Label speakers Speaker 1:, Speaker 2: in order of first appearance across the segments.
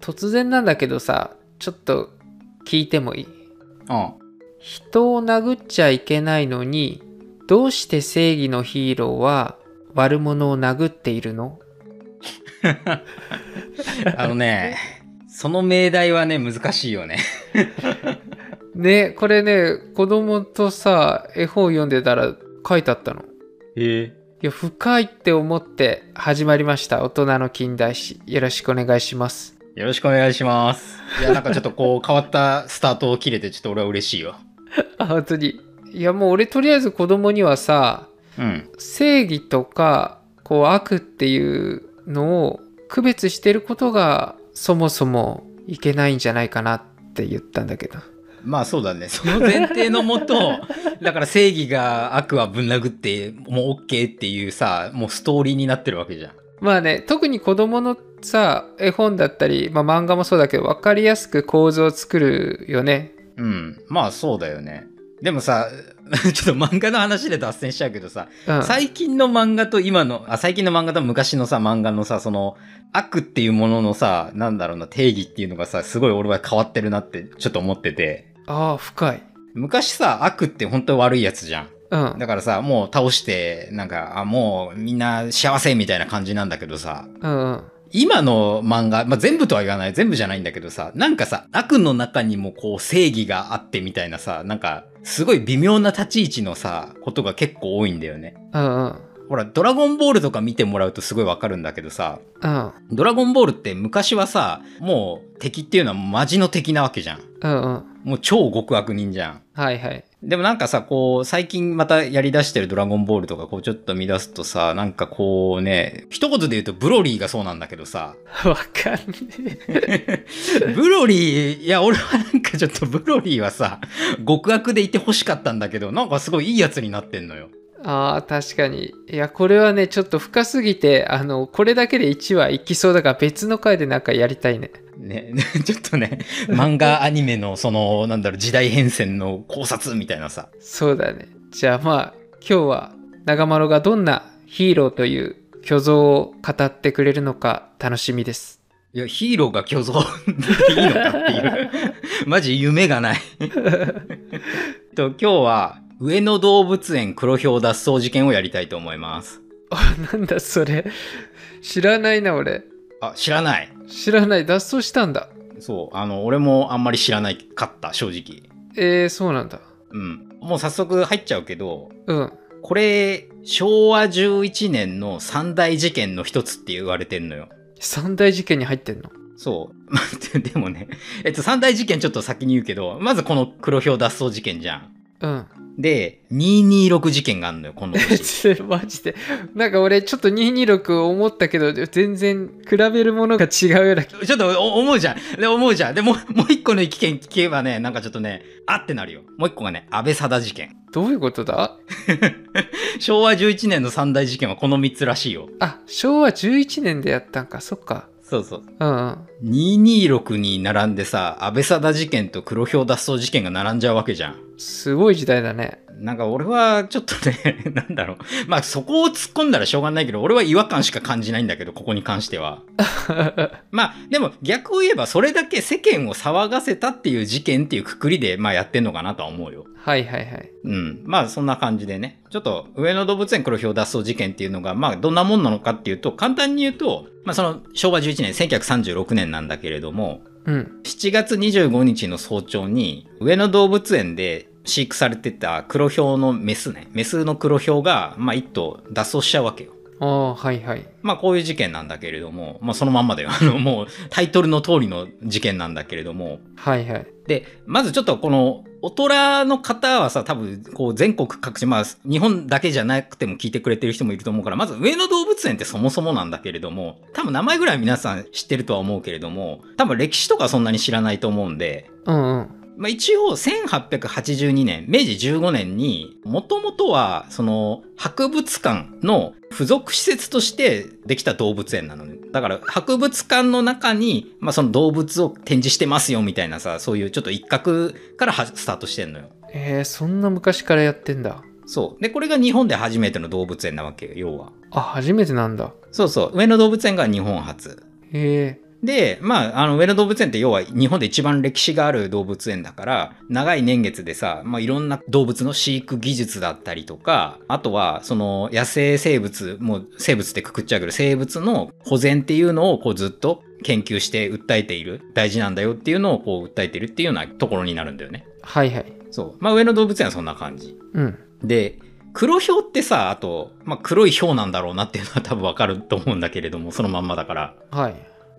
Speaker 1: 突然なんだけどさちょっと聞いてもいい
Speaker 2: うん。
Speaker 1: 人を殴っちゃいけないのにどうして正義のヒーローは悪者を殴っているの
Speaker 2: あのね、その命題はね、難しいよね。
Speaker 1: ねこれね子供とさ絵本読んでたら書いてあったのい
Speaker 2: へえ。
Speaker 1: や深いって思って始まりました大人の近代史よろしくお願いします
Speaker 2: よろしくお願いします。いや、なんかちょっとこう、変わったスタートを切れて、ちょっと俺は嬉しいよ。
Speaker 1: あ本当にいやもう俺とりあえず子供にはさ
Speaker 2: うん。
Speaker 1: 正義とかこう悪っていうのを区別してることがそもそもいけないんじゃないかなって言ったんだけど
Speaker 2: まあそうだね。その前提のもと、だから正義が悪はぶん殴って、もう OK っていうさ、もうストーリーになってるわけじゃん。
Speaker 1: まあね特に子どものさ絵本だったり、まあ、漫画もそうだけど分かりやすく構図を作るよね
Speaker 2: うん。まあそうだよね。でもさ、 ちょっと漫画の話で脱線しちゃうけどさ、
Speaker 1: うん、
Speaker 2: 最近の漫画と今の、あ、最近の漫画と昔のさ、漫画のさ、その、悪っていうもののさ、なんだろうな、定義っていうのがさ、すごい俺は変わってるなって、ちょっと思ってて。
Speaker 1: ああ深い
Speaker 2: 昔さ、悪って本当悪いやつじゃん。
Speaker 1: うん
Speaker 2: だからさ、もう倒して、なんか、あ、もうみんな幸せみたいな感じなんだけどさ、
Speaker 1: うんうん
Speaker 2: 今の漫画、まあ、全部とは言わない、全部じゃないんだけどさ、なんかさ、悪の中にもこう正義があってみたいなさ、なんか、すごい微妙な立ち位置のさ、ことが結構多いんだよね。
Speaker 1: うんうん
Speaker 2: ほら、ドラゴンボールとか見てもらうとすごいわかるんだけどさ、
Speaker 1: うん
Speaker 2: ドラゴンボールって昔はさ、もう敵っていうのはマジの敵なわけじゃん。
Speaker 1: うんうん
Speaker 2: もう超極悪人じゃん。
Speaker 1: はいはい
Speaker 2: でもなんかさ、こう、最近またやり出してるドラゴンボールとか、こうちょっと見出すとさ、なんかこうね、一言で言うとブロリーがそうなんだけどさ、
Speaker 1: わかんねえ
Speaker 2: ブロリー、いや、俺はなんかちょっとブロリーはさ、極悪でいて欲しかったんだけど、なんかすごいいいやつになってんのよ。
Speaker 1: あー確かにいやこれはねちょっと深すぎてあのこれだけで1話いきそうだから別の回でなんかやりたいね
Speaker 2: ね、 ちょっとね、漫画アニメのその、なんだろう、時代変遷の考察みたいなさ。
Speaker 1: そうだねじゃあまあ今日は長丸がどんなヒーローという虚像を語ってくれるのか楽しみです
Speaker 2: いや、ヒーローが虚像でいいのかっていう。 マジ夢がない。 と、今日は、上野動物園黒豹脱走事件をやりたいと思います。
Speaker 1: あなんだそれ知らないな俺
Speaker 2: あ、知らない。
Speaker 1: 知らない脱走したんだ
Speaker 2: そう、あの、俺もあんまり知らないかった、正直。
Speaker 1: えー、そうなんだ
Speaker 2: うん。もう早速入っちゃうけど、
Speaker 1: うん
Speaker 2: これ、昭和11年の三大事件の一つって言われてんのよ。
Speaker 1: 三大事件に入ってんの
Speaker 2: そう。 待ってでもね、えっと、三大事件ちょっと先に言うけど、まずこの黒豹脱走事件じゃん。
Speaker 1: うん
Speaker 2: で、226事件があるのよ、こ の年。
Speaker 1: えマジでなんか俺ちょっと226思ったけど全然比べるものが違うような気
Speaker 2: ちょっとお思うじゃん。で、思うじゃん。でもう、もう一個の事件聞けばね、なんかちょっとね、あってなるよ。もう一個がね、安倍貞事件。
Speaker 1: どういうことだ
Speaker 2: 昭和11年の三大事件はこの3つらしいよ。
Speaker 1: あ昭和11年でやったんかそっか
Speaker 2: そうそう。
Speaker 1: うんうん
Speaker 2: 226に並んでさ、安倍貞事件と黒豹脱走事件が並んじゃうわけじゃん。
Speaker 1: すごい時代だね
Speaker 2: なんか俺はちょっとね、 なんだろう。まあそこを突っ込んだらしょうがないけど、俺は違和感しか感じないんだけど、ここに関しては。まあでも逆を言えばそれだけ世間を騒がせたっていう事件っていうくくりで、まあやってんのかなとは思うよ。
Speaker 1: はいはいはい。
Speaker 2: うん。まあそんな感じでね。ちょっと上野動物園黒豹脱走事件っていうのが、まあどんなもんなのかっていうと、簡単に言うと、まあその昭和11年、1936年なんだけれども、
Speaker 1: うん。
Speaker 2: 7月25日の早朝に上野動物園で飼育されてた黒ヒョウのメスねメスの黒ヒョウが、まあ、一頭脱走しちゃうわけよ
Speaker 1: ああ、はいはい。
Speaker 2: まあこういう事件なんだけれども、まあ、そのまんまだよあのもうタイトルの通りの事件なんだけれども
Speaker 1: はいはい。
Speaker 2: でまずちょっとこの大人の方はさ多分こう全国各地まあ日本だけじゃなくても聞いてくれてる人もいると思うからまず上野動物園ってそもそもなんだけれども多分名前ぐらい皆さん知ってるとは思うけれども多分歴史とかそんなに知らないと思うんで
Speaker 1: うんうん。
Speaker 2: まあ、一応1882年明治15年にもともとはその博物館の付属施設としてできた動物園なのねだから博物館の中に、まあ、その動物を展示してますよみたいなさそういうちょっと一角からはスタートしてんのよ
Speaker 1: えー、そんな昔からやってんだ。
Speaker 2: そうでこれが日本で初めての動物園なわけよ要は
Speaker 1: あ、初めてなんだ。
Speaker 2: そうそう上野動物園が日本初
Speaker 1: え
Speaker 2: で、まあ、あの、上野動物園って要は日本で一番歴史がある動物園だから、長い年月でさ、まあ、いろんな動物の飼育技術だったりとか、あとは、その、野生生物、もう生物ってくくっちゃうけど、生物の保全っていうのを、こう、ずっと研究して訴えている、大事なんだよっていうのを、こう、訴えているっていうようなところになるんだよね。
Speaker 1: はいはい。
Speaker 2: そう。まあ、上野動物園はそんな感じ。
Speaker 1: うん。
Speaker 2: で、黒ヒョウってさ、あと、まあ、黒いヒョウなんだろうなっていうのは多分わかると思うんだけれども、そのまんまだから。
Speaker 1: はい。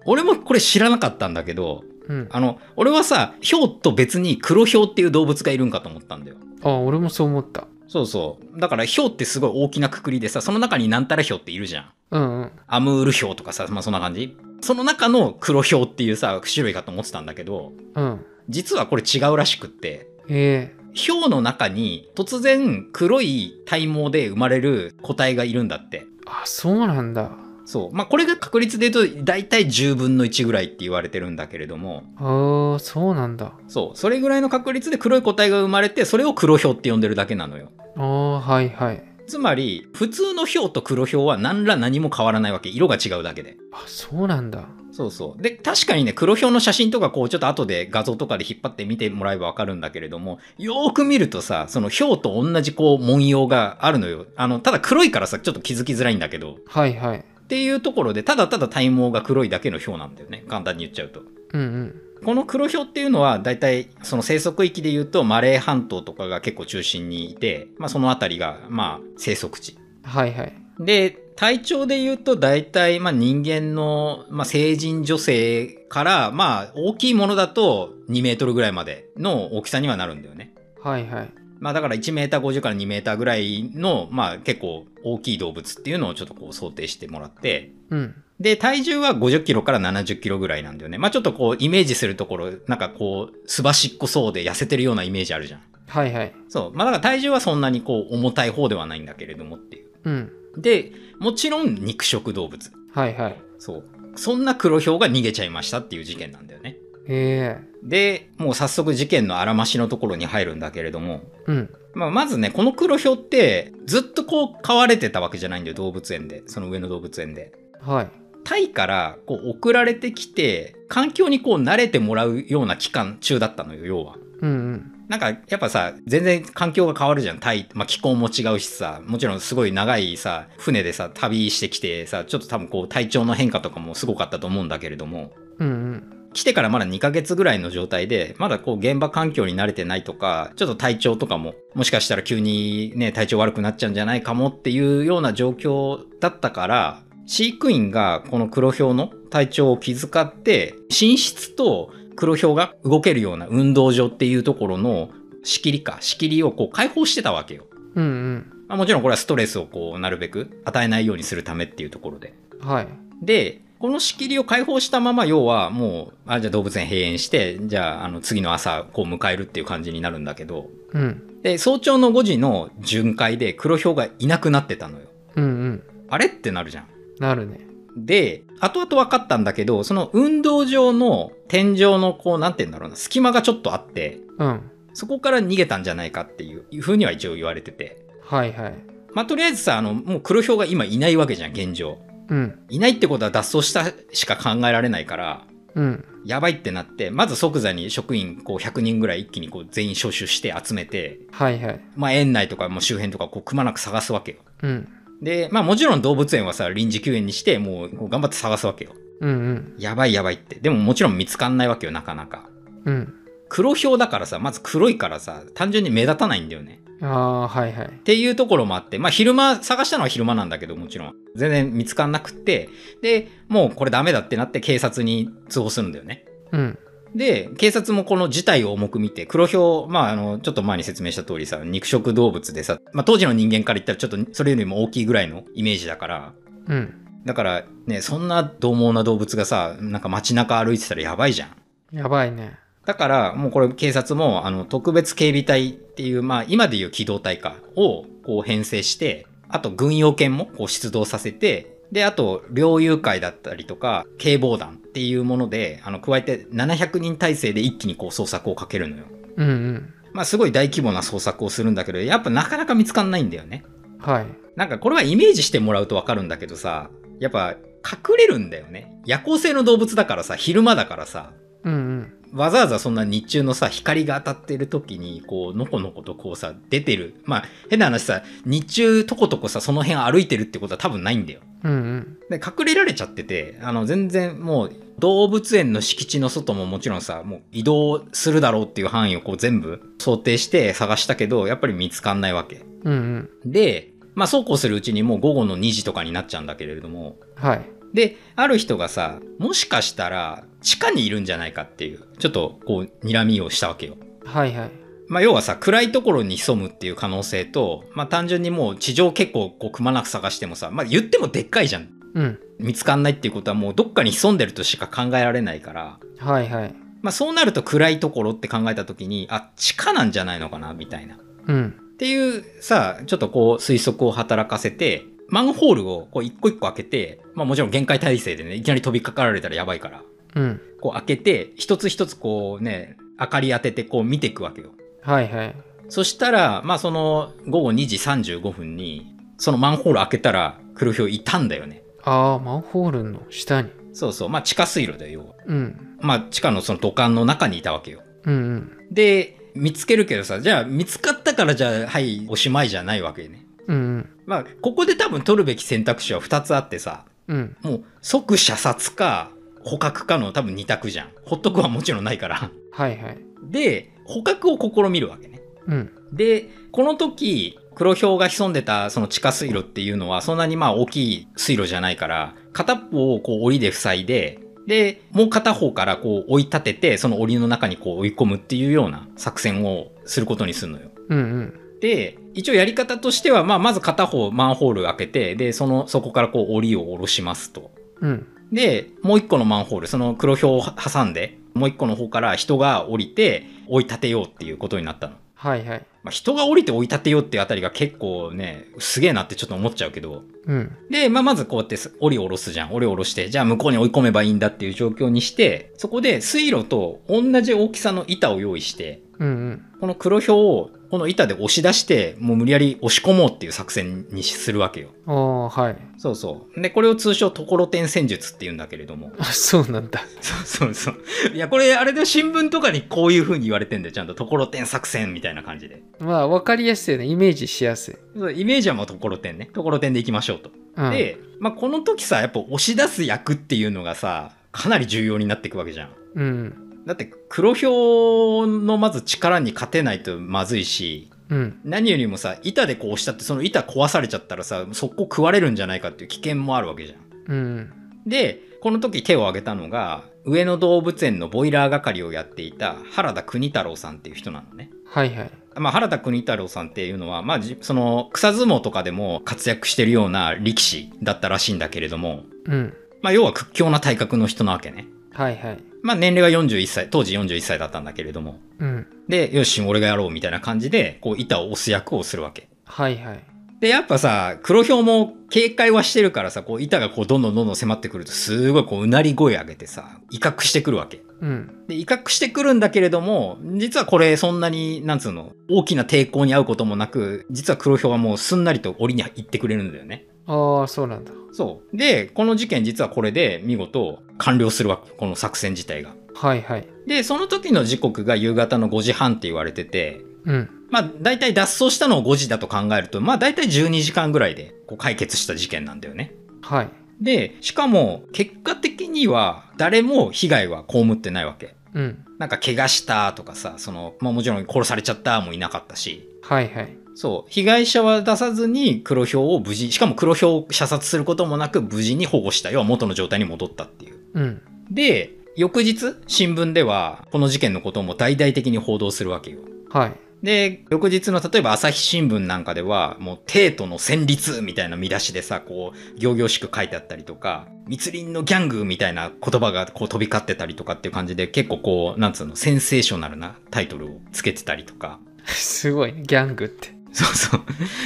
Speaker 2: 俺もこれ知らなかったんだけど、
Speaker 1: うん。あ
Speaker 2: あの、俺はさ、ヒョウと別に黒ヒョウっていう動物がいるんかと思ったんだよ。
Speaker 1: 俺もそう思った。
Speaker 2: そうそう。だからヒョウってすごい大きなくくりでさ、その中になんたらヒョウっているじゃん。
Speaker 1: うんうん。
Speaker 2: アムールヒョウとかさ、まあそんな感じ。その中の黒ヒョウっていうさ、種類かと思ってたんだけど、
Speaker 1: うん。
Speaker 2: 実はこれ違うらしくって、
Speaker 1: え
Speaker 2: ヒョウの中に突然黒い体毛で生まれる個体がいるんだって。
Speaker 1: えあ、そうなんだ。
Speaker 2: そう。まあこれが確率で言うと大体10分の1ぐらいって言われてるんだけれども、
Speaker 1: ああ、そうなんだ。
Speaker 2: そう。それぐらいの確率で黒い個体が生まれて、それを黒ヒョウって呼んでるだけなのよ。
Speaker 1: ああ、はいはい。
Speaker 2: つまり、普通のヒョウと黒ヒョウは何ら何も変わらないわけ。色が違うだけで。
Speaker 1: あ、そうなんだ。
Speaker 2: そうそう。で、確かにね、黒ヒョウの写真とかこう、ちょっと後で画像とかで引っ張って見てもらえばわかるんだけれども、よーく見るとさ、そのヒョウと同じこう、文様があるのよ。あの、ただ黒いからさ、ちょっと気づきづらいんだけど。
Speaker 1: はいはい。
Speaker 2: っていうところで、ただただ体毛が黒いだけのヒョウなんだよね。簡単に言っちゃうと。
Speaker 1: うんうん。
Speaker 2: この黒ヒョウっていうのは大体その生息域で言うとマレー半島とかが結構中心にいて、まあ、その辺りがまあ生息地
Speaker 1: はいはい。
Speaker 2: で体長で言うと大体まあ人間の、まあ、成人女性からまあ大きいものだと2メートルぐらいまでの大きさにはなるんだよね。
Speaker 1: はいはい。
Speaker 2: まあだから1メーター50から2メーターぐらいのまあ結構大きい動物っていうのをちょっとこう想定してもらって、
Speaker 1: うん。
Speaker 2: で、体重は50キロから70キロぐらいなんだよね。まあちょっとこう、イメージするところ、なんかこう、すばしっこそうで痩せてるようなイメージあるじゃん。
Speaker 1: はいはい。
Speaker 2: そう。まあだから体重はそんなにこう、重たい方ではないんだけれどもっていう。
Speaker 1: うん。
Speaker 2: で、もちろん肉食動物。
Speaker 1: はいはい。
Speaker 2: そう。そんな黒ヒョウが逃げちゃいましたっていう事件なんだよね。
Speaker 1: え
Speaker 2: で、もう早速事件のあらましのところに入るんだけれども、
Speaker 1: えうん。
Speaker 2: まあ、まずね、この黒ヒョウって、ずっとこう、飼われてたわけじゃないんだよ、動物園で。その上の動物園で。
Speaker 1: はい。
Speaker 2: タイからこう送られてきて環境にこう慣れてもらうような期間中だったのよ要は。
Speaker 1: うんうん。
Speaker 2: なんかやっぱさ全然環境が変わるじゃんタイ、まあ、気候も違うしさもちろんすごい長いさ船でさ旅してきてさちょっと多分こう体調の変化とかもすごかったと思うんだけれども
Speaker 1: うんうん。
Speaker 2: 来てからまだ2ヶ月ぐらいの状態でまだこう現場環境に慣れてないとかちょっと体調とかももしかしたら急にね体調悪くなっちゃうんじゃないかもっていうような状況だったから飼育員がこの黒ヒョウの体調を気遣って寝室と黒ヒョウが動けるような運動場っていうところの仕切りか仕切りをこう解放してたわけよ、
Speaker 1: うん
Speaker 2: まあ、もちろんこれはストレスをこうなるべく与えないようにするためっていうところで
Speaker 1: うん。はい。
Speaker 2: で、この仕切りを解放したまま、要はもう、あ、じゃあ動物園閉園して、じゃあ、あの、次の朝、こう迎えるっていう感じになるんだけど、
Speaker 1: うん。
Speaker 2: で、早朝の5時の巡回で黒豹がいなくなってたのよ。
Speaker 1: うんうん。
Speaker 2: あれってなるじゃん。
Speaker 1: なるね。
Speaker 2: で、後々分かったんだけど、その運動場の天井のこう、なんて言うんだろうな、隙間がちょっとあって、
Speaker 1: うん。
Speaker 2: そこから逃げたんじゃないかっていうふうには一応言われてて。
Speaker 1: はいはい。
Speaker 2: まあ、とりあえずさ、あの、もう黒豹が今いないわけじゃん、現状。
Speaker 1: うん。
Speaker 2: いないってことは脱走したしか考えられないから、
Speaker 1: うん。
Speaker 2: やばいってなって、まず即座に職員こう100人ぐらい一気にこう全員招集して集めて、
Speaker 1: はいはい。
Speaker 2: まあ園内とかもう周辺とかこうくまなく探すわけよ。
Speaker 1: うん。
Speaker 2: で、まあもちろん動物園はさ、臨時休園にして、もうこう頑張って探すわけよ。
Speaker 1: うんうん。
Speaker 2: やばいやばいって。でももちろん見つかんないわけよ、なかなか。
Speaker 1: うん。
Speaker 2: 黒豹だからさ、まず黒いからさ、単純に目立たないんだよね。
Speaker 1: ああ、はいはい。
Speaker 2: っていうところもあって、まあ昼間、探したのは昼間なんだけど、もちろん。全然見つかんなくって、で、もうこれダメだってなって警察に通報するんだよね。
Speaker 1: うん。
Speaker 2: で、警察もこの事態を重く見て、黒豹、まあ、あの、ちょっと前に説明した通りさ、肉食動物でさ、まあ、当時の人間から言ったらちょっとそれよりも大きいぐらいのイメージだから、
Speaker 1: うん。
Speaker 2: だからね、そんな獰猛な動物がさ、なんか街中歩いてたらやばいじゃん。
Speaker 1: やばいね。
Speaker 2: だから、もうこれ警察も、あの、特別警備隊っていう、まあ、今でいう機動隊か、をこう編成して、あと軍用犬もこう出動させて、で、あと、猟友会だったりとか、警防団っていうもので、あの、加えて700人体制で一気にこう捜索をかけるのよ。
Speaker 1: うんうん。
Speaker 2: まあ、すごい大規模な捜索をするんだけど、やっぱなかなか見つかんないんだよね。
Speaker 1: はい。
Speaker 2: なんかこれはイメージしてもらうとわかるんだけどさ、やっぱ隠れるんだよね。夜行性の動物だからさ、昼間だからさ、
Speaker 1: うんうん
Speaker 2: わざわざそんな日中のさ、光が当たってる時に、こう、のこのことこうさ、出てる。まあ、変な話さ、日中とことこさ、その辺歩いてるってことは多分ないんだよ。
Speaker 1: うんうん
Speaker 2: で、隠れられちゃってて、あの、全然もう、動物園の敷地の外ももちろんさ、もう移動するだろうっていう範囲をこう全部想定して探したけど、やっぱり見つかんないわけ。
Speaker 1: うんうん
Speaker 2: で、まあそうこうするうちにもう午後の2時とかになっちゃうんだけれども、
Speaker 1: はい
Speaker 2: で、ある人がさ、もしかしたら地下にいるんじゃないかっていう、ちょっとこう、睨みをしたわけよ。
Speaker 1: はいはい
Speaker 2: まあ要はさ、暗いところに潜むっていう可能性と、まあ単純にもう地上結構こう、くまなく探してもさ、まあ言ってもでっかいじゃん。
Speaker 1: うん
Speaker 2: 見つかんないっていうことはもうどっかに潜んでるとしか考えられないから、
Speaker 1: はいはい
Speaker 2: まあそうなると暗いところって考えた時に、あ、地下なんじゃないのかな、みたいな。っ
Speaker 1: うん
Speaker 2: ていうさ、ちょっとこう推測を働かせて、マンホールをこう一個一個開けて、まあもちろん限界体制でね、いきなり飛びかかられたらやばいから、
Speaker 1: うん
Speaker 2: こう開けて、一つ一つこうね、明かり当ててこう見ていくわけよ。
Speaker 1: はいはい
Speaker 2: そしたら、まあその午後2時35分に、そのマンホール開けたら、クルフィオいたんだよね。
Speaker 1: ああマンホールの下に
Speaker 2: そうそう、まあ地下水路だよ。
Speaker 1: うん
Speaker 2: まあ地下のその土管の中にいたわけよ。
Speaker 1: うんうん
Speaker 2: で、見つけるけどさ、じゃあ見つかったからじゃあ、はい、おしまいじゃないわけね。
Speaker 1: うん
Speaker 2: まあ、ここで多分取るべき選択肢は2つあってさ、
Speaker 1: うんうん
Speaker 2: もう即射殺か捕獲かの多分2択じゃん。ほっとくはもちろんないから。
Speaker 1: はいはい
Speaker 2: で、捕獲を試みるわけね。
Speaker 1: うん
Speaker 2: で、この時、黒豹が潜んでたその地下水路っていうのはそんなにまあ大きい水路じゃないから、片っぽをこう檻で塞いで、で、もう片方からこう追い立てて、その檻の中にこう追い込むっていうような作戦をすることにするのよ。
Speaker 1: うんうん
Speaker 2: で、一応やり方としては、まあまず片方マンホール開けて、で、その、そこからこう檻を下ろしますと。
Speaker 1: うん
Speaker 2: で、もう一個のマンホール、その黒豹を挟んで、もう一個の方から人が降りて追い立てようっていうことになったの。
Speaker 1: はいはい
Speaker 2: まあ、人が降りて追い立てようっていうあたりが結構ね、すげえなってちょっと思っちゃうけど。
Speaker 1: うん
Speaker 2: で、まあ、まずこうやって降り下ろすじゃん。降り下ろして、じゃあ向こうに追い込めばいいんだっていう状況にして、そこで水路と同じ大きさの板を用意して、
Speaker 1: うんうん
Speaker 2: この黒豹をこの板で押し出して、もう無理やり押し込もうっていう作戦にするわけよ。
Speaker 1: ああはい
Speaker 2: そうそう。で、これを通称ところてん戦術って言うんだけれども。
Speaker 1: あそうなんだ
Speaker 2: そうそうそう。いや、これあれで新聞とかにこういう風に言われてんだよ。ちゃんとところてん作戦みたいな感じで。
Speaker 1: まあ分かりやすいよねイメージしやすい、
Speaker 2: そうイメージはもうところてんね。ところてんでいきましょうと。
Speaker 1: うん、
Speaker 2: で、まあ、この時さ、やっぱ押し出す役っていうのがさ、かなり重要になっていくわけじゃん。
Speaker 1: うん
Speaker 2: だって、黒豹のまず力に勝てないとまずいし、
Speaker 1: うん
Speaker 2: 何よりもさ、板でこう押したって、その板壊されちゃったらさ、速攻食われるんじゃないかっていう危険もあるわけじゃん。
Speaker 1: うん
Speaker 2: で、この時手を挙げたのが、上野動物園のボイラー係をやっていた原田邦太郎さんっていう人なのね。
Speaker 1: はいはい
Speaker 2: まあ、原田邦太郎さんっていうのは、まあ、じその草相撲とかでも活躍してるような力士だったらしいんだけれども、
Speaker 1: うん
Speaker 2: まあ、要は屈強な体格の人なわけね。
Speaker 1: はいはい
Speaker 2: まあ、年齢が41歳、当時41歳だったんだけれども。
Speaker 1: うん
Speaker 2: で、よし、俺がやろうみたいな感じで、こう、板を押す役をするわけ。
Speaker 1: はいはい
Speaker 2: で、やっぱさ、黒豹も警戒はしてるからさ、こう、板がこう、どんどんどんどん迫ってくると、すごいこう、うなり声上げてさ、威嚇してくるわけ。
Speaker 1: うん
Speaker 2: で、威嚇してくるんだけれども、実はこれそんなに、なんつうの、大きな抵抗に遭うこともなく、実は黒豹はもうすんなりと檻に行ってくれるんだよね。
Speaker 1: ああそうなんだ
Speaker 2: そう。で、この事件実はこれで見事完了するわけ。この作戦自体が。
Speaker 1: はいはい
Speaker 2: で、その時の時刻が夕方の5時半って言われてて、
Speaker 1: うん
Speaker 2: まあ大体脱走したのを5時だと考えると、まあ大体12時間ぐらいでこう解決した事件なんだよね。
Speaker 1: はい
Speaker 2: で、しかも結果的には誰も被害は被ってないわけ。
Speaker 1: うん
Speaker 2: なんか怪我したとかさ、その、まあもちろん殺されちゃったもいなかったし、
Speaker 1: はいはい
Speaker 2: そう、被害者は出さずに黒豹を無事、しかも黒豹を射殺することもなく無事に保護した、要は元の状態に戻ったっていう。
Speaker 1: うん
Speaker 2: で、翌日、新聞ではこの事件のことも大々的に報道するわけよ。
Speaker 1: はい
Speaker 2: で、翌日の例えば朝日新聞なんかでは、もう帝都の戦律みたいな見出しでさ、こう、行々しく書いてあったりとか、密林のギャングみたいな言葉がこう飛び交ってたりとかっていう感じで、結構こう、なんつうの、センセーショナルなタイトルをつけてたりとか。
Speaker 1: すごいねギャングって
Speaker 2: そうそう。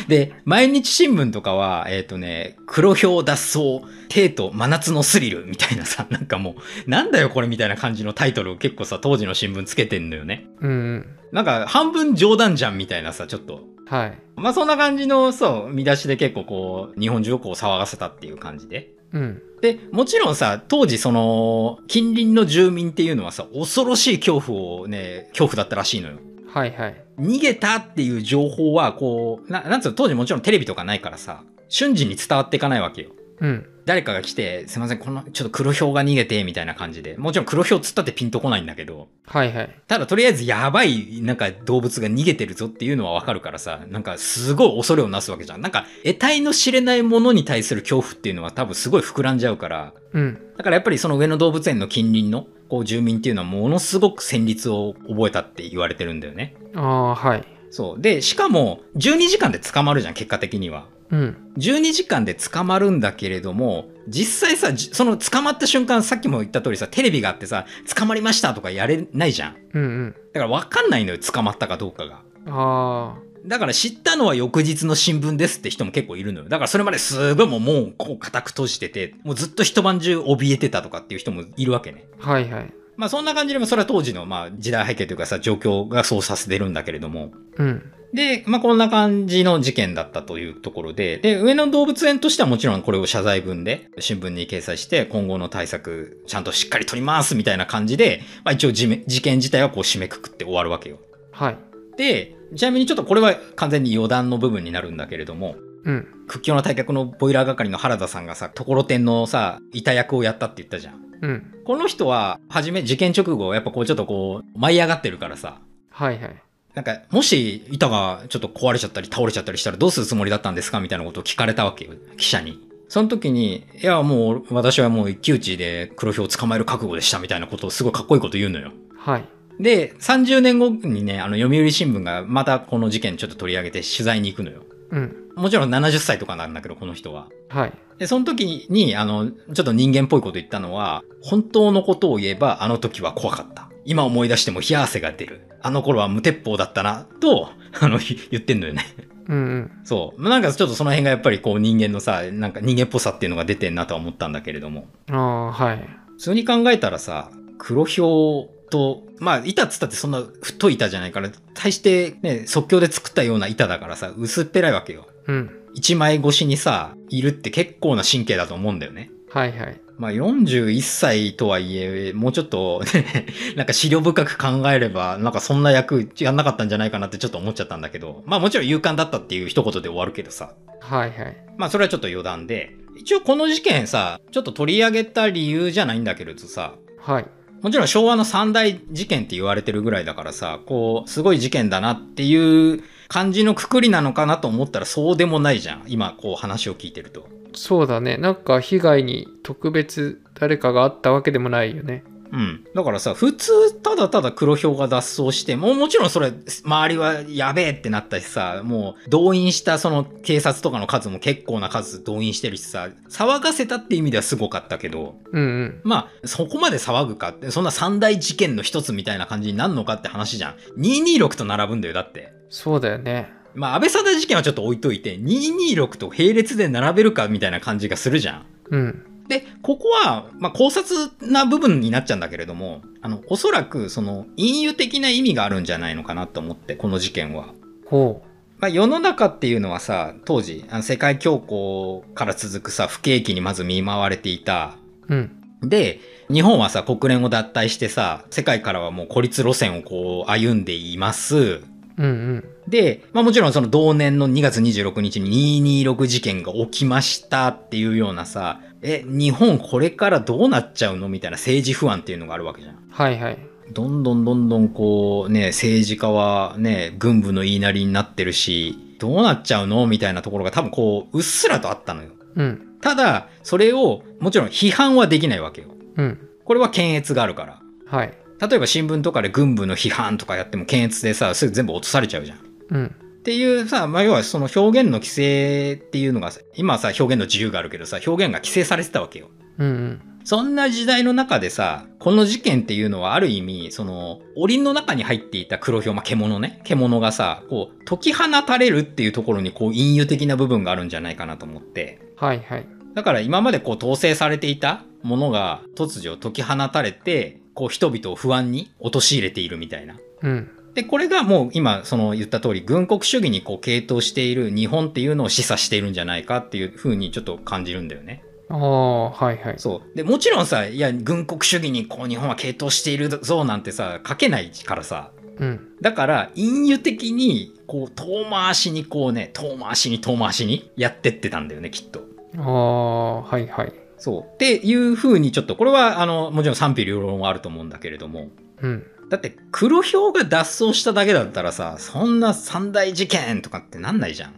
Speaker 2: で、毎日新聞とかは、えっ、とね、黒豹脱走、帝都真夏のスリルみたいなさ、 なんかもう、なんだよこれみたいな感じのタイトルを結構さ、当時の新聞つけてんのよね。
Speaker 1: うんうん
Speaker 2: なんか半分冗談じゃんみたいなさ、ちょっと
Speaker 1: はい
Speaker 2: まあそんな感じの、そう、見出しで結構こう、日本中をこう騒がせたっていう感じで。
Speaker 1: うん。
Speaker 2: で、もちろんさ、当時その、近隣の住民っていうのはさ、恐ろしい恐怖をね、恐怖だったらしいのよ。
Speaker 1: はいはい。
Speaker 2: 逃げたっていう情報は、こう、ななんつうの、当時もちろんテレビとかないからさ、瞬時に伝わっていかないわけよ。
Speaker 1: うん。
Speaker 2: 誰かが来て、すいません、この、ちょっと黒豹が逃げて、みたいな感じで。もちろん黒豹つったってピンとこないんだけど、
Speaker 1: はいはい。
Speaker 2: ただとりあえずやばい、なんか動物が逃げてるぞっていうのはわかるからさ、なんかすごい恐れをなすわけじゃん。なんか、得体の知れないものに対する恐怖っていうのは多分すごい膨らんじゃうから、
Speaker 1: うん。
Speaker 2: だからやっぱりその上野動物園の近隣のこう住民っていうのはものすごく戦慄を覚えたって言われてるんだよね。
Speaker 1: ああ、はい。
Speaker 2: そう。で、しかも12時間で捕まるじゃん、結果的には。
Speaker 1: うん。
Speaker 2: 12時間で捕まるんだけれども、実際さ、じその捕まった瞬間、さっきも言った通りさ、テレビがあってさ、捕まりましたとかやれないじゃん。
Speaker 1: うん
Speaker 2: だから分かんないのよ、捕まったかどうかが。
Speaker 1: うん。ああ。
Speaker 2: だから知ったのは翌日の新聞ですって人も結構いるのよ。だからそれまですごいもう、もう、こう固く閉じてて、もうずっと一晩中怯えてたとかっていう人もいるわけね。
Speaker 1: はいはい。
Speaker 2: まあそんな感じで、まあそれは当時のまあ時代背景というかさ、状況がそうさせてるんだけれども。
Speaker 1: うん。
Speaker 2: で、まあこんな感じの事件だったというところで、で、上野動物園としてはもちろんこれを謝罪文で新聞に掲載して、今後の対策、ちゃんとしっかり取りますみたいな感じで、まあ一応じめ事件自体はこう締めくくって終わるわけよ。
Speaker 1: はい。
Speaker 2: で、ちなみにちょっとこれは完全に余談の部分になるんだけれども、
Speaker 1: うん。
Speaker 2: 屈強な対客のボイラー係の原田さんがさ、ところてんのさ、いた役をやったって言ったじゃん。
Speaker 1: うん。
Speaker 2: この人は、はじめ、事件直後、やっぱこう、ちょっとこう、舞い上がってるからさ、
Speaker 1: はいはい。
Speaker 2: なんか、もし、板がちょっと壊れちゃったり、倒れちゃったりしたら、どうするつもりだったんですかみたいなことを聞かれたわけよ、記者に。その時に、いや、もう、私はもう一騎打ちで黒豹を捕まえる覚悟でした、みたいなことをすごいかっこいいこと言うのよ。
Speaker 1: はい。
Speaker 2: で、30年後にね、あの、読売新聞がまたこの事件ちょっと取り上げて取材に行くのよ。
Speaker 1: うん。
Speaker 2: もちろん70歳とかなんだけど、この人は。
Speaker 1: はい。
Speaker 2: で、その時に、あの、ちょっと人間っぽいこと言ったのは、本当のことを言えば、あの時は怖かった。今思い出しても冷や汗が出る。あの頃は無鉄砲だったな、と、あの、ひ言ってんのよね。
Speaker 1: うんうん。
Speaker 2: そう。なんかちょっとその辺がやっぱりこう人間のさ、なんか人間っぽさっていうのが出てんなとは思ったんだけれども。
Speaker 1: ああ、はい。
Speaker 2: 普通に考えたらさ、黒豹と、まあ、板っつったってそんな太い板じゃないから、対してね、即興で作ったような板だからさ、薄っぺらいわけよ。
Speaker 1: うん。
Speaker 2: 一枚越しにさ、いるって結構な神経だと思うんだよね。
Speaker 1: はいはい。
Speaker 2: まあ41歳とはいえ、もうちょっと、ね、 なんか資料深く考えれば、なんかそんな役やんなかったんじゃないかなってちょっと思っちゃったんだけど、まあもちろん勇敢だったっていう一言で終わるけどさ。
Speaker 1: はいはい。
Speaker 2: まあそれはちょっと余談で。一応この事件さ、ちょっと取り上げた理由じゃないんだけれどさ、
Speaker 1: はい。
Speaker 2: もちろん昭和の三大事件って言われてるぐらいだからさ、こう、すごい事件だなっていう感じのくくりなのかなと思ったらそうでもないじゃん。今、こう話を聞いてると。
Speaker 1: そうだね。なんか被害に特別誰かがあったわけでもないよね。
Speaker 2: うん。だからさ、普通、ただただ黒豹が脱走して、もうもちろんそれ、周りはやべえってなったしさ、もう動員したその警察とかの数も結構な数動員してるしさ、騒がせたって意味ではすごかったけど、
Speaker 1: うんうん。
Speaker 2: まあ、そこまで騒ぐかって、そんな三大事件の一つみたいな感じになんのかって話じゃん。226と並ぶんだよ、だって。
Speaker 1: そうだよね。
Speaker 2: まあ、安倍サダ事件はちょっと置いといて、226と並列で並べるかみたいな感じがするじゃん。
Speaker 1: うん。
Speaker 2: で、ここは、まあ、考察な部分になっちゃうんだけれども、あの、おそらく、その、隠喩的な意味があるんじゃないのかなと思って、この事件は。
Speaker 1: ほ
Speaker 2: まあ、世の中っていうのはさ、当時、あの世界恐慌から続くさ、不景気にまず見舞われていた。
Speaker 1: う。うん。
Speaker 2: で、日本はさ、国連を脱退してさ、世界からはもう孤立路線をこう、歩んでいます。
Speaker 1: うんうん。
Speaker 2: で、まあもちろんその同年の2月26日に226事件が起きましたっていうようなさ、え、日本これからどうなっちゃうのみたいな政治不安っていうのがあるわけじゃん。
Speaker 1: はいはい。
Speaker 2: どんどんどんどんこうね、政治家はね、軍部の言いなりになってるし、どうなっちゃうのみたいなところが多分こう、うっすらとあったのよ。
Speaker 1: うん。
Speaker 2: ただ、それをもちろん批判はできないわけよ。
Speaker 1: うん。
Speaker 2: これは検閲があるから。
Speaker 1: はい。
Speaker 2: 例えば新聞とかで軍部の批判とかやっても検閲でさ、すぐ全部落とされちゃうじゃん。
Speaker 1: うん。
Speaker 2: っていうさ、まあ、要はその表現の規制っていうのがさ、今はさ、表現の自由があるけどさ、表現が規制されてたわけよ。
Speaker 1: うんうん。
Speaker 2: そんな時代の中でさ、この事件っていうのはある意味、その、檻の中に入っていた黒豹、まあ、獣ね、獣がさ、こう、解き放たれるっていうところに、こう、隠喩的な部分があるんじゃないかなと思って。
Speaker 1: はいはい。
Speaker 2: だから今までこう、統制されていたものが、突如解き放たれて、こう、人々を不安に陥れているみたいな。
Speaker 1: うん。
Speaker 2: で、これがもう今、その言った通り、軍国主義にこう、傾倒している日本っていうのを示唆しているんじゃないかっていうふうにちょっと感じるんだよね。
Speaker 1: あああ、はいはい。
Speaker 2: そうでもちろんさいや軍国主義にこう日本は傾倒しているぞなんてさ書けないからさ
Speaker 1: うん。
Speaker 2: だから隠喩的にこう遠回しにこうね遠回しに遠回しにやってってたんだよねきっと。
Speaker 1: ああ、はいはい。
Speaker 2: そうっていう風にちょっとこれはあのもちろん賛否両論はあると思うんだけれども
Speaker 1: うん。
Speaker 2: だって黒ヒョウが脱走しただけだったらさそんな三大事件とかってなんないじゃん。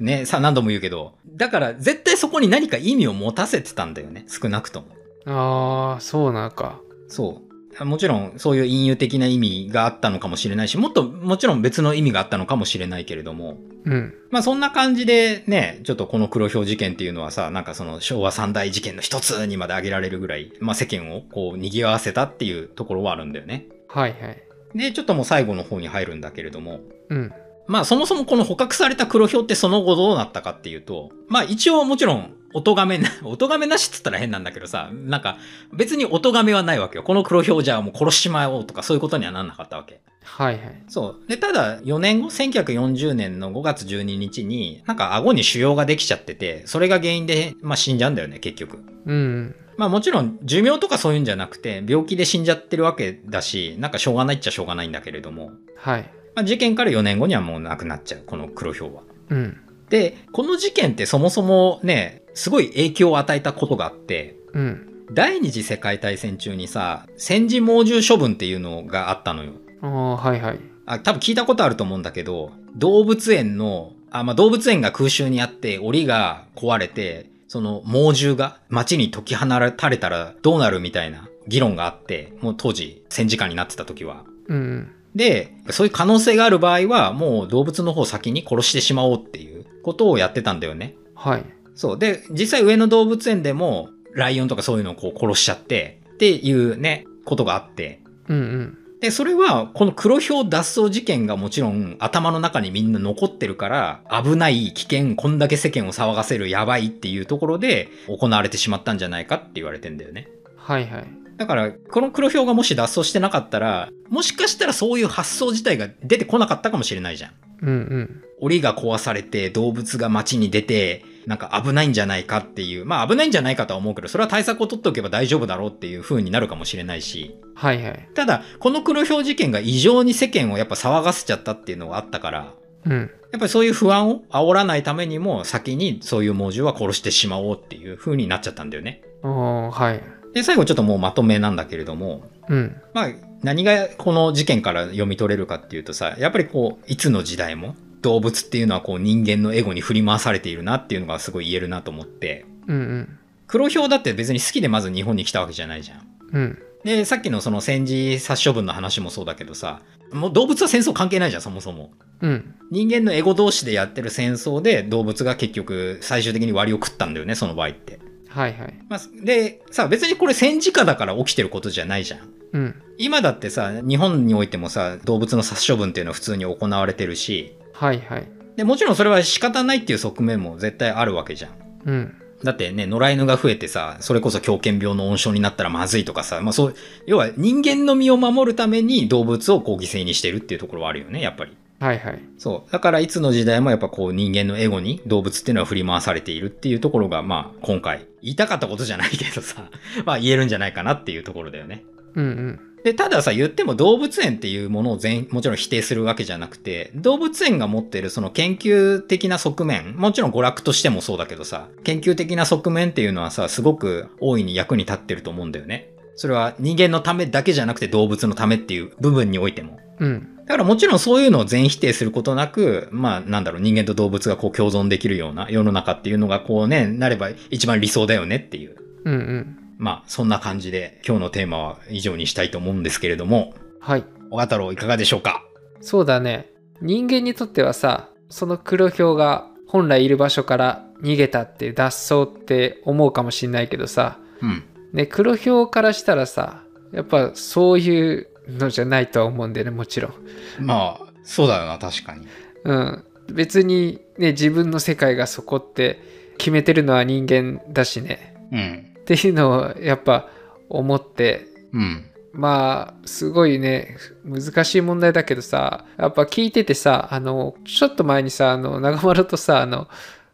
Speaker 2: ねさ何度も言うけどだから絶対そこに何か意味を持たせてたんだよね少なくとも。
Speaker 1: ああ、そうなのか。
Speaker 2: そう。もちろんそういう隠喩的な意味があったのかもしれないしもっともちろん別の意味があったのかもしれないけれども
Speaker 1: うん。
Speaker 2: まあそんな感じでね、ちょっとこの黒豹事件っていうのはさ、なんかその昭和三大事件の一つにまで挙げられるぐらい、まあ世間をこう賑わせたっていうところはあるんだよね。
Speaker 1: はいはい。
Speaker 2: で、ちょっともう最後の方に入るんだけれども、
Speaker 1: うん。
Speaker 2: まあそもそもこの捕獲された黒豹ってその後どうなったかっていうと、まあ一応もちろん、お咎めな、 お咎めなしって言ったら変なんだけどさ、なんか別にお咎めはないわけよ。この黒豹じゃあもう殺しちまおうとかそういうことにはなんなかったわけ。
Speaker 1: はいはい。
Speaker 2: そう。で、ただ、4年後、1940年の5月12日に、なんか顎に腫瘍ができちゃってて、それが原因で、まあ死んじゃうんだよね、結局。
Speaker 1: うん。
Speaker 2: まあもちろん、寿命とかそういうんじゃなくて、病気で死んじゃってるわけだし、なんかしょうがないっちゃしょうがないんだけれども、
Speaker 1: はい。
Speaker 2: まあ事件から4年後にはもうなくなっちゃう、この黒豹は。
Speaker 1: うん。
Speaker 2: で、この事件ってそもそもね、すごい影響を与えたことがあって、
Speaker 1: うん。
Speaker 2: 第二次世界大戦中にさ、戦時猛獣処分っていうのがあったのよ。
Speaker 1: ああ、はいはい。
Speaker 2: あ多分聞いたことあると思うんだけど動物園のあ、まあ、動物園が空襲にあって檻が壊れてその猛獣が街に解き放たれたらどうなるみたいな議論があってもう当時戦時下になってた時は。
Speaker 1: うん。
Speaker 2: でそういう可能性がある場合はもう動物の方を先に殺してしまおうっていうことをやってたんだよね。
Speaker 1: はい。
Speaker 2: そう。で、実際上野動物園でも、ライオンとかそういうのをこう殺しちゃって、っていうね、ことがあって。
Speaker 1: うんうん。
Speaker 2: で、それは、この黒豹脱走事件がもちろん頭の中にみんな残ってるから、危ない、危険、こんだけ世間を騒がせる、やばいっていうところで行われてしまったんじゃないかって言われてんだよね。
Speaker 1: はいはい。
Speaker 2: だから、この黒豹がもし脱走してなかったら、もしかしたらそういう発想自体が出てこなかったかもしれないじゃん。
Speaker 1: うん
Speaker 2: 檻が壊されて動物が街に出てなんか危ないんじゃないかっていうまあ危ないんじゃないかとは思うけどそれは対策を取っておけば大丈夫だろうっていう風になるかもしれないし
Speaker 1: うん。はいはい。
Speaker 2: ただこの黒豹事件が異常に世間をやっぱ騒がせちゃったっていうのがあったから
Speaker 1: うん。
Speaker 2: やっぱりそういう不安を煽らないためにも先にそういう猛獣は殺してしまおうっていう風になっちゃったんだよね。
Speaker 1: ああ、はい。
Speaker 2: で最後ちょっともうまとめなんだけれども
Speaker 1: うん。
Speaker 2: まあ、何がこの事件から読み取れるかっていうとさやっぱりこういつの時代も動物っていうのはこう人間のエゴに振り回されているなっていうのがすごい言えるなと思って
Speaker 1: うんうん。
Speaker 2: 黒豹だって別に好きでまず日本に来たわけじゃないじゃん。
Speaker 1: うん。
Speaker 2: でさっきのその戦時殺処分の話もそうだけどさもう動物は戦争関係ないじゃんそもそも。
Speaker 1: うん。
Speaker 2: 人間のエゴ同士でやってる戦争で動物が結局最終的に割を食ったんだよねその場合って。
Speaker 1: はいはい。
Speaker 2: まあ、でさ別にこれ戦時下だから起きてることじゃないじゃん。
Speaker 1: うん。
Speaker 2: 今だってさ日本においてもさ動物の殺処分っていうのは普通に行われてるし
Speaker 1: はいはい。
Speaker 2: でもちろんそれは仕方ないっていう側面も絶対あるわけじゃん
Speaker 1: うん。
Speaker 2: だってね野良犬が増えてさそれこそ狂犬病の温床になったらまずいとかさ、まあ、そう要は人間の身を守るために動物をこう犠牲にしてるっていうところはあるよねやっぱり
Speaker 1: はいはい。
Speaker 2: そうだからいつの時代もやっぱこう人間のエゴに動物っていうのは振り回されているっていうところがまあ今回言いたかったことじゃないけどさ まあ言えるんじゃないかなっていうところだよね
Speaker 1: うんうん。
Speaker 2: で、たださ、言っても動物園っていうものを全、もちろん否定するわけじゃなくて、動物園が持ってるその研究的な側面、もちろん娯楽としてもそうだけどさ、研究的な側面っていうのはさ、すごく大いに役に立ってると思うんだよね。それは人間のためだけじゃなくて動物のためっていう部分においても。
Speaker 1: うん。
Speaker 2: だからもちろんそういうのを全否定することなく、まあなんだろう、人間と動物がこう共存できるような世の中っていうのがこうね、なれば一番理想だよねっていう。
Speaker 1: うんうん。
Speaker 2: まあそんな感じで今日のテーマは以上にしたいと思うんですけれども、
Speaker 1: はい。
Speaker 2: 小太郎いかがでしょうか
Speaker 1: そうだね。人間にとってはさ、その黒豹が本来いる場所から逃げたって脱走って思うかもしんないけどさ、
Speaker 2: うん。
Speaker 1: ね、黒豹からしたらさ、やっぱそういうのじゃないとは思うんだよね、もちろん。
Speaker 2: まあ、そうだよな、確かに。
Speaker 1: うん、別にね自分の世界がそこって決めてるのは人間だしね
Speaker 2: うん。
Speaker 1: っていうのをやっぱ思って
Speaker 2: うん。
Speaker 1: まあすごいね難しい問題だけどさやっぱ聞いててさあのちょっと前にさあの長丸とさあの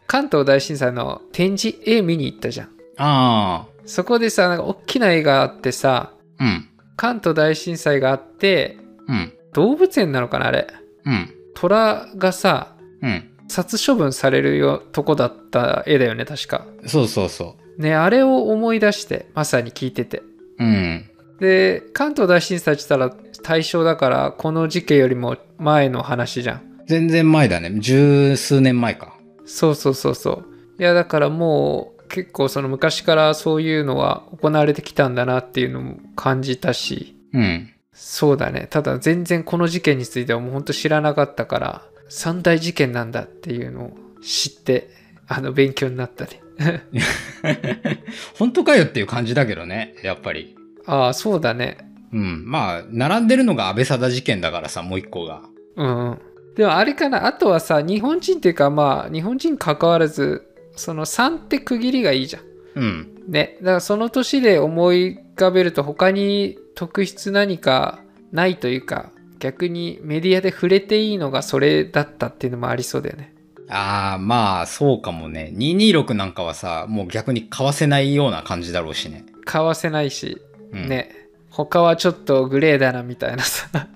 Speaker 1: 関東大震災の展示絵見に行ったじゃん。
Speaker 2: あ
Speaker 1: そこでさなんか大きな絵があってさ
Speaker 2: あ。うん。
Speaker 1: 関東大震災があって
Speaker 2: うん。
Speaker 1: 動物園なのかなあれ
Speaker 2: うん。
Speaker 1: 虎がさ
Speaker 2: うん。
Speaker 1: 殺処分されるよとこだった絵だよね確か
Speaker 2: そうそうそ
Speaker 1: ねあれを思い出してまさに聞いてて
Speaker 2: う。うん。
Speaker 1: で関東大震災って言ったら対象だからこの事件よりも前の話じゃん
Speaker 2: 全然前だね。十数年前か。
Speaker 1: そうそうそうそういやだからもう結構その昔からそういうのは行われてきたんだなっていうのも感じたし
Speaker 2: うん。
Speaker 1: そうだねただ全然この事件についてはもうほんと知らなかったから三大事件なんだっていうのを知ってあの勉強になったね
Speaker 2: 本当かよっていう感じだけどね、やっぱり。
Speaker 1: ああそうだね
Speaker 2: うん。まあ、並んでるのが安倍貞事件だからさ、もう一個が。
Speaker 1: うんうんでもあれかなあとはさ日本人っていうかまあ日本人関わらずその3って区切りがいいじゃん
Speaker 2: うん。
Speaker 1: ね、だからその年で思い浮かべると他に特筆何かないというか逆にメディアで触れていいのがそれだったっていうのもありそうだよね。
Speaker 2: ああ、まあ、そうかもね。226なんかはさ、もう逆に買わせないような感じだろうしね。
Speaker 1: 買わせないし、
Speaker 2: うん、。
Speaker 1: ね他はちょっとグレーだなみたいな さ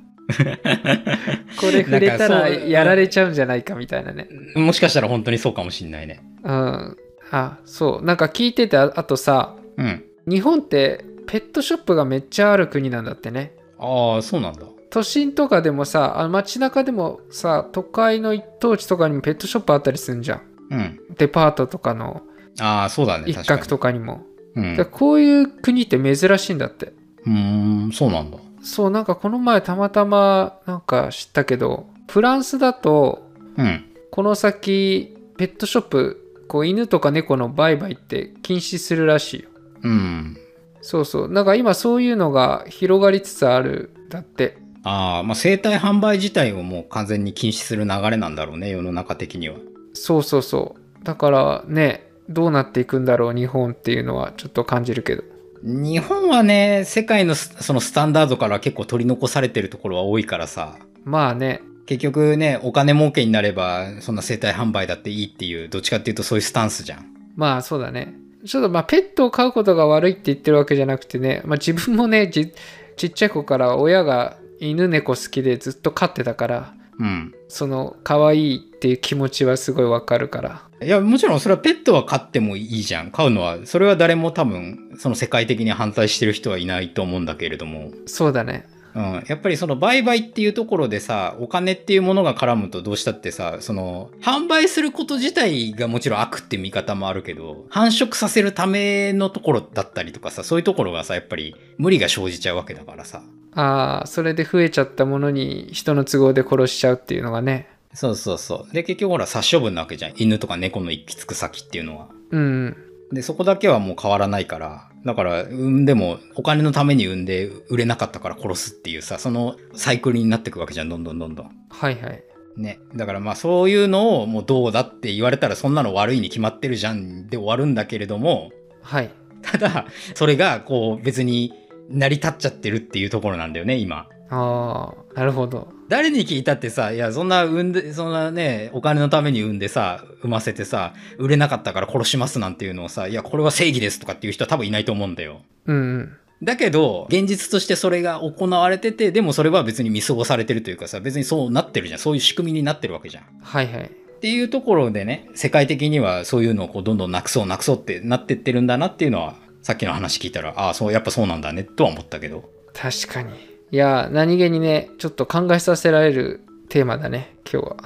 Speaker 1: これ触れた
Speaker 2: な
Speaker 1: ら
Speaker 2: んかそう
Speaker 1: やられちゃうんじゃないかみたいなね。
Speaker 2: もしかしたら本当にそうかもしんないね。
Speaker 1: うん、あそうなんか聞いててああとさ
Speaker 2: うん。
Speaker 1: 日本ってペットショップがめっちゃある国なんだってね。
Speaker 2: ああ、そうなんだ。
Speaker 1: 都心とかでもさあの街中でもさ都会の一等地とかにもペットショップあったりするんじゃん
Speaker 2: うん。
Speaker 1: デパートとかの
Speaker 2: ああ、そうだね。
Speaker 1: 一角
Speaker 2: 確か
Speaker 1: とかにも
Speaker 2: に。うん。
Speaker 1: だからこういう国って珍しいんだって
Speaker 2: うーん、そうなんだ。
Speaker 1: そうなんかこの前たまたまなんか知ったけどフランスだと
Speaker 2: うん。
Speaker 1: この先ペットショップこう犬とか猫の売買って禁止するらしいよ
Speaker 2: うん。
Speaker 1: そうそうなんか今そういうのが広がりつつあるんだって
Speaker 2: ああ、まあ、生体販売自体をもう完全に禁止する流れなんだろうね、世の中的には。
Speaker 1: そうそうそうだからねどうなっていくんだろう日本っていうのはちょっと感じるけど
Speaker 2: 日本はね、世界のスそのスタンダードから結構取り残されてるところは多いからさ、
Speaker 1: まあね
Speaker 2: 結局ね、お金儲けになれば、そんな生体販売だっていいっていう、どっちかっていうとそういうスタンスじゃん。
Speaker 1: まあそうだねちょっとまあペットを飼うことが悪いって言ってるわけじゃなくてね、まあ、自分もねじちっちゃい子から親が犬猫好きでずっと飼ってたから
Speaker 2: うん。
Speaker 1: その可愛いっていう気持ちはすごいわかるから
Speaker 2: いや、もちろんそれはペットは飼ってもいいじゃん。飼うのは、それは誰も多分、その世界的に反対してる人はいないと思うんだけれども。
Speaker 1: そうだね
Speaker 2: うん、やっぱりその売買っていうところでさお金っていうものが絡むとどうしたってさその販売すること自体がもちろん悪っていう見方もあるけど繁殖させるためのところだったりとかさそういうところがさやっぱり無理が生じちゃうわけだからさ
Speaker 1: ああそれで増えちゃったものに人の都合で殺しちゃうっていうのがね
Speaker 2: そうそうそうで結局ほら殺処分なわけじゃん犬とか猫の行き着く先っていうのは
Speaker 1: うん
Speaker 2: でそこだけはもう変わらないからだから産んでもお金のために産んで売れなかったから殺すっていうさそのサイクルになってくわけじゃんどんどんどんどん
Speaker 1: はいはい
Speaker 2: ね。だからまあそういうのをもうどうだって言われたらそんなの悪いに決まってるじゃんで終わるんだけれども、
Speaker 1: はい
Speaker 2: ただ、それがこう別に成り立っちゃってるっていうところなんだよね、今。
Speaker 1: ああなるほど
Speaker 2: 誰に聞いたってさ、いや、そんな産んで、そんなね、お金のために産んでさ、産ませてさ、売れなかったから殺しますなんていうのをさ、いや、これは正義ですとかっていう人は多分いないと思うんだよ。
Speaker 1: うんうん
Speaker 2: だけど、現実としてそれが行われてて、でもそれは別に見過ごされてるというかさ、別にそうなってるじゃん。そういう仕組みになってるわけじゃん。
Speaker 1: はいはい
Speaker 2: っていうところでね、世界的にはそういうのをこうどんどんなくそうなくそうってなってってるんだなっていうのは、さっきの話聞いたら、ああ、そう、やっぱそうなんだねとは思ったけど。
Speaker 1: 確かにいや何気にねちょっと考えさせられるテーマだね今日は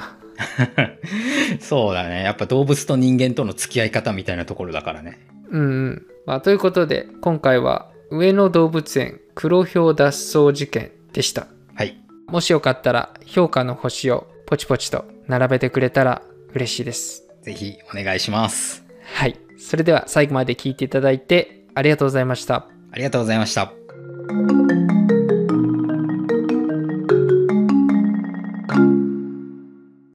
Speaker 2: そうだね。やっぱ動物と人間との付き合い方みたいなところだからね。
Speaker 1: うんうん、まあ、ということで今回は上野動物園黒ヒョウ脱走事件でした
Speaker 2: はい。
Speaker 1: もしよかったら評価の星をポチポチと並べてくれたら嬉しいです
Speaker 2: ぜひお願いします。
Speaker 1: はいそれでは最後まで聞いていただいてありがとうございました
Speaker 2: ありがとうございました。